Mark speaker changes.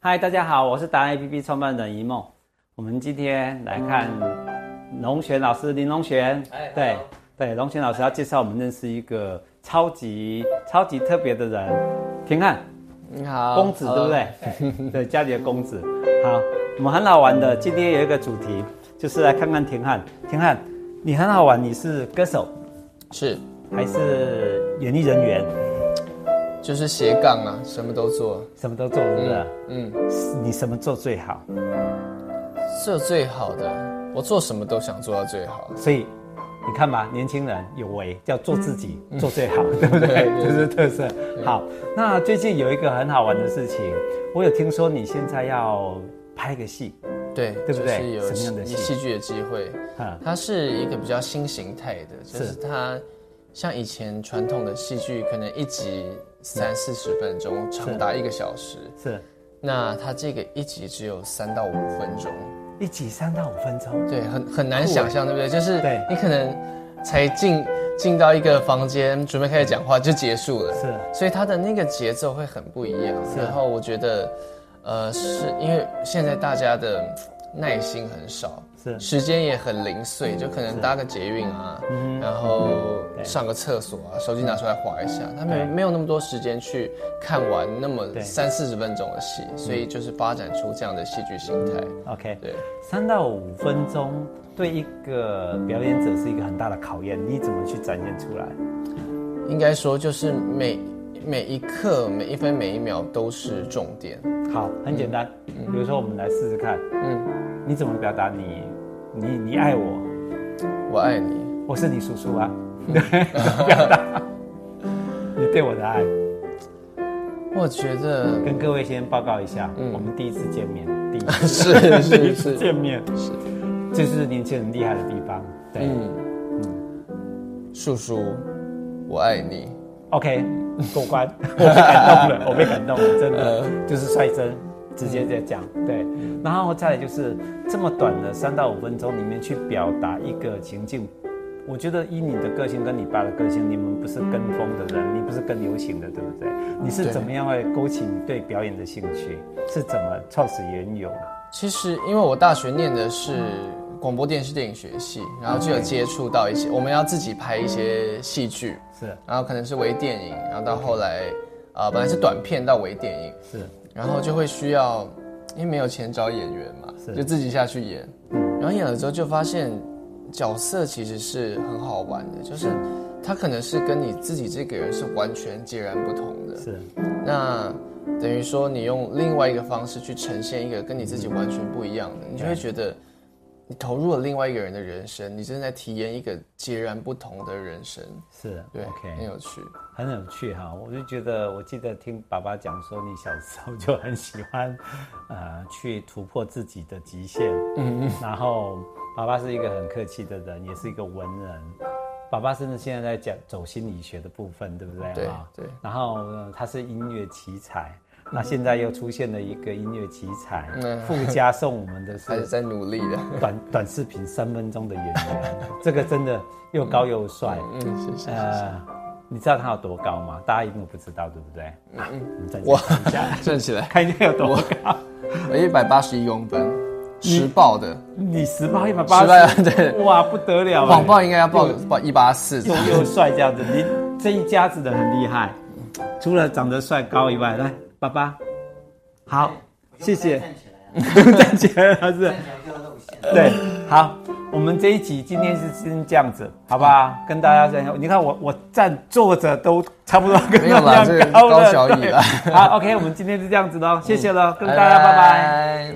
Speaker 1: 嗨，大家好，我是达人 APP 创办人一梦。我们今天来看龙璇老师，林龙璇
Speaker 2: 哎，
Speaker 1: 对
Speaker 2: hello
Speaker 1: 对，龙璇老师要介绍我们认识一个超级超级特别的人，平汉
Speaker 2: 你好，呃
Speaker 1: 公子，对不 对？对，家里的公子。好，我们很好玩的，今天有一个主题，就是来看看田汉。田汉，你很好玩，你是歌手
Speaker 2: 是，
Speaker 1: 还是演艺人员？
Speaker 2: 就是斜杠啊，什么都做。
Speaker 1: 什么都做，是不是？
Speaker 2: 嗯，
Speaker 1: 你什么做最好？
Speaker 2: 这最好的，我做什么都想做到最好。
Speaker 1: 所以你看吧，年轻人有为，叫做自己，做最好，对不对
Speaker 2: 嗯对？对
Speaker 1: 这是特色。好，那最近有一个很好玩的事情，我有听说你现在要拍个戏，
Speaker 2: 对，
Speaker 1: 对不对
Speaker 2: 就是有
Speaker 1: 什么样的戏嗯
Speaker 2: 戏剧的机会，
Speaker 1: 哈，
Speaker 2: 它是一个比较新形态的，就是是它像以前传统的戏剧，可能一集三四十分钟，长达一个小时。
Speaker 1: 是
Speaker 2: 那它这个一集只有三到五分钟，
Speaker 1: 一集三到五分钟，
Speaker 2: 对，很很难想象，对不对？就是
Speaker 1: 对
Speaker 2: 你可能才进进到一个房间，准备开始讲话就结束了。
Speaker 1: 是
Speaker 2: 所以它的那个节奏会很不一样。
Speaker 1: 是
Speaker 2: 然后我觉得，呃，是因为现在大家的嗯耐心很少，
Speaker 1: 是嗯
Speaker 2: 时间也很零碎，就可能搭个捷运啊，然后上个厕所啊，手机拿出来划一下，他
Speaker 1: 嗯对
Speaker 2: 们没有那么多时间去看完那么
Speaker 1: 对嗯
Speaker 2: 三四十分钟的戏，所以就是发展出这样的戏剧形态。
Speaker 1: OK，
Speaker 2: 对，
Speaker 1: 三到五分钟对一个表演者是一个很大的考验，你怎么去展现出来？
Speaker 2: 应该说就是每每一刻、每一分、每一秒都是重点。
Speaker 1: 好，很简单，比如说我们来试试看，
Speaker 2: 嗯，
Speaker 1: 你怎么表达你你你爱我，
Speaker 2: 我爱你。
Speaker 1: 我是你叔叔啊，
Speaker 2: 嗯
Speaker 1: 对，表达你对我的爱。
Speaker 2: 我觉得
Speaker 1: 跟各位先报告一下，我们第一次见面，第一次
Speaker 2: 是
Speaker 1: 第一
Speaker 2: 嗯
Speaker 1: 次
Speaker 2: 是是
Speaker 1: 见面，
Speaker 2: 是，
Speaker 1: 这是年轻人厉害的地方。对、
Speaker 2: 嗯，叔叔，我爱你。
Speaker 1: o k 过关， 我被感动了，我被感动了，真的、就是率真，直接在讲。对，然后再来就是这么短的三到五分钟里面去表达一个情境。我觉得以你的个性跟你爸的个性，你们不是跟风的人，你不是跟流行的，对不对？你是
Speaker 2: 对
Speaker 1: 怎么样会勾起你对表演的兴趣？是怎么创始缘由？
Speaker 2: 其实因为我大学念的是广播电视电影学系，然后就有接触到一些，我们要自己拍一些戏剧，
Speaker 1: 是
Speaker 2: 然后可能是微电影，然后到后来，呃，本来是短片到微电影，
Speaker 1: 是。
Speaker 2: 然后就会需要，因为没有钱找演员嘛
Speaker 1: 是，
Speaker 2: 就自己下去演。然后演了之后就发现，角色其实是很好玩的，就是他可能是跟你自己这个人是完全截然不同的。
Speaker 1: 是
Speaker 2: 那等于说你用另外一个方式去呈现一个跟你自己完全不一样的，你就会觉得你投入了另外一个人的人生，你正在体验一个截然不同的人生。
Speaker 1: 是，
Speaker 2: 对
Speaker 1: o
Speaker 2: 很
Speaker 1: k
Speaker 2: 有趣。
Speaker 1: 很有趣哈、我就觉得，我记得听爸爸讲说，你小时候就很喜欢， 呃，去突破自己的极限。嗯，然后爸爸是一个很客气的人，也是一个文人。爸爸甚至现在在讲走心理学的部分，对不对？
Speaker 2: 对
Speaker 1: 哈
Speaker 2: 对
Speaker 1: 然后、呃他是音乐奇才，那现在又出现了一个音乐奇才，
Speaker 2: 嗯
Speaker 1: 附加送我们的
Speaker 2: 还
Speaker 1: 是
Speaker 2: 是在努力的。
Speaker 1: 短 短视频三分钟的演员，这个真的又高又帅。
Speaker 2: 嗯，谢谢谢谢。
Speaker 1: 呃，你知道它有多高吗？大家一定不知道，对不对？嗯，我们再
Speaker 2: 哇
Speaker 1: 看一下，
Speaker 2: 站起来，
Speaker 1: 看一下有多高。
Speaker 2: 我一百八十一公分，实报的，
Speaker 1: 你十八一百
Speaker 2: 实
Speaker 1: 八
Speaker 2: 报
Speaker 1: 十，
Speaker 2: 对，
Speaker 1: 哇，不得了！
Speaker 2: 谎报应该要报报一八四，
Speaker 1: 又又帅这样子，你这一家子的很厉害。除了长得帅高以外，来，爸爸，好，谢谢。
Speaker 3: 站起来啊，
Speaker 1: 站起来了是。
Speaker 3: 站起来就要露馅。
Speaker 1: 对，好，我们这一集今天是先这样子，好不好？跟大家讲一下，你看我我站坐着都差不多跟
Speaker 2: 没有啦
Speaker 1: 他一
Speaker 2: 这
Speaker 1: 样
Speaker 2: 个
Speaker 1: 高了，
Speaker 2: 高小椅
Speaker 1: 对
Speaker 2: 啦嗯
Speaker 1: 好，OK，我们今天就这样子喽，谢谢喽，跟大家拜拜。
Speaker 2: 拜。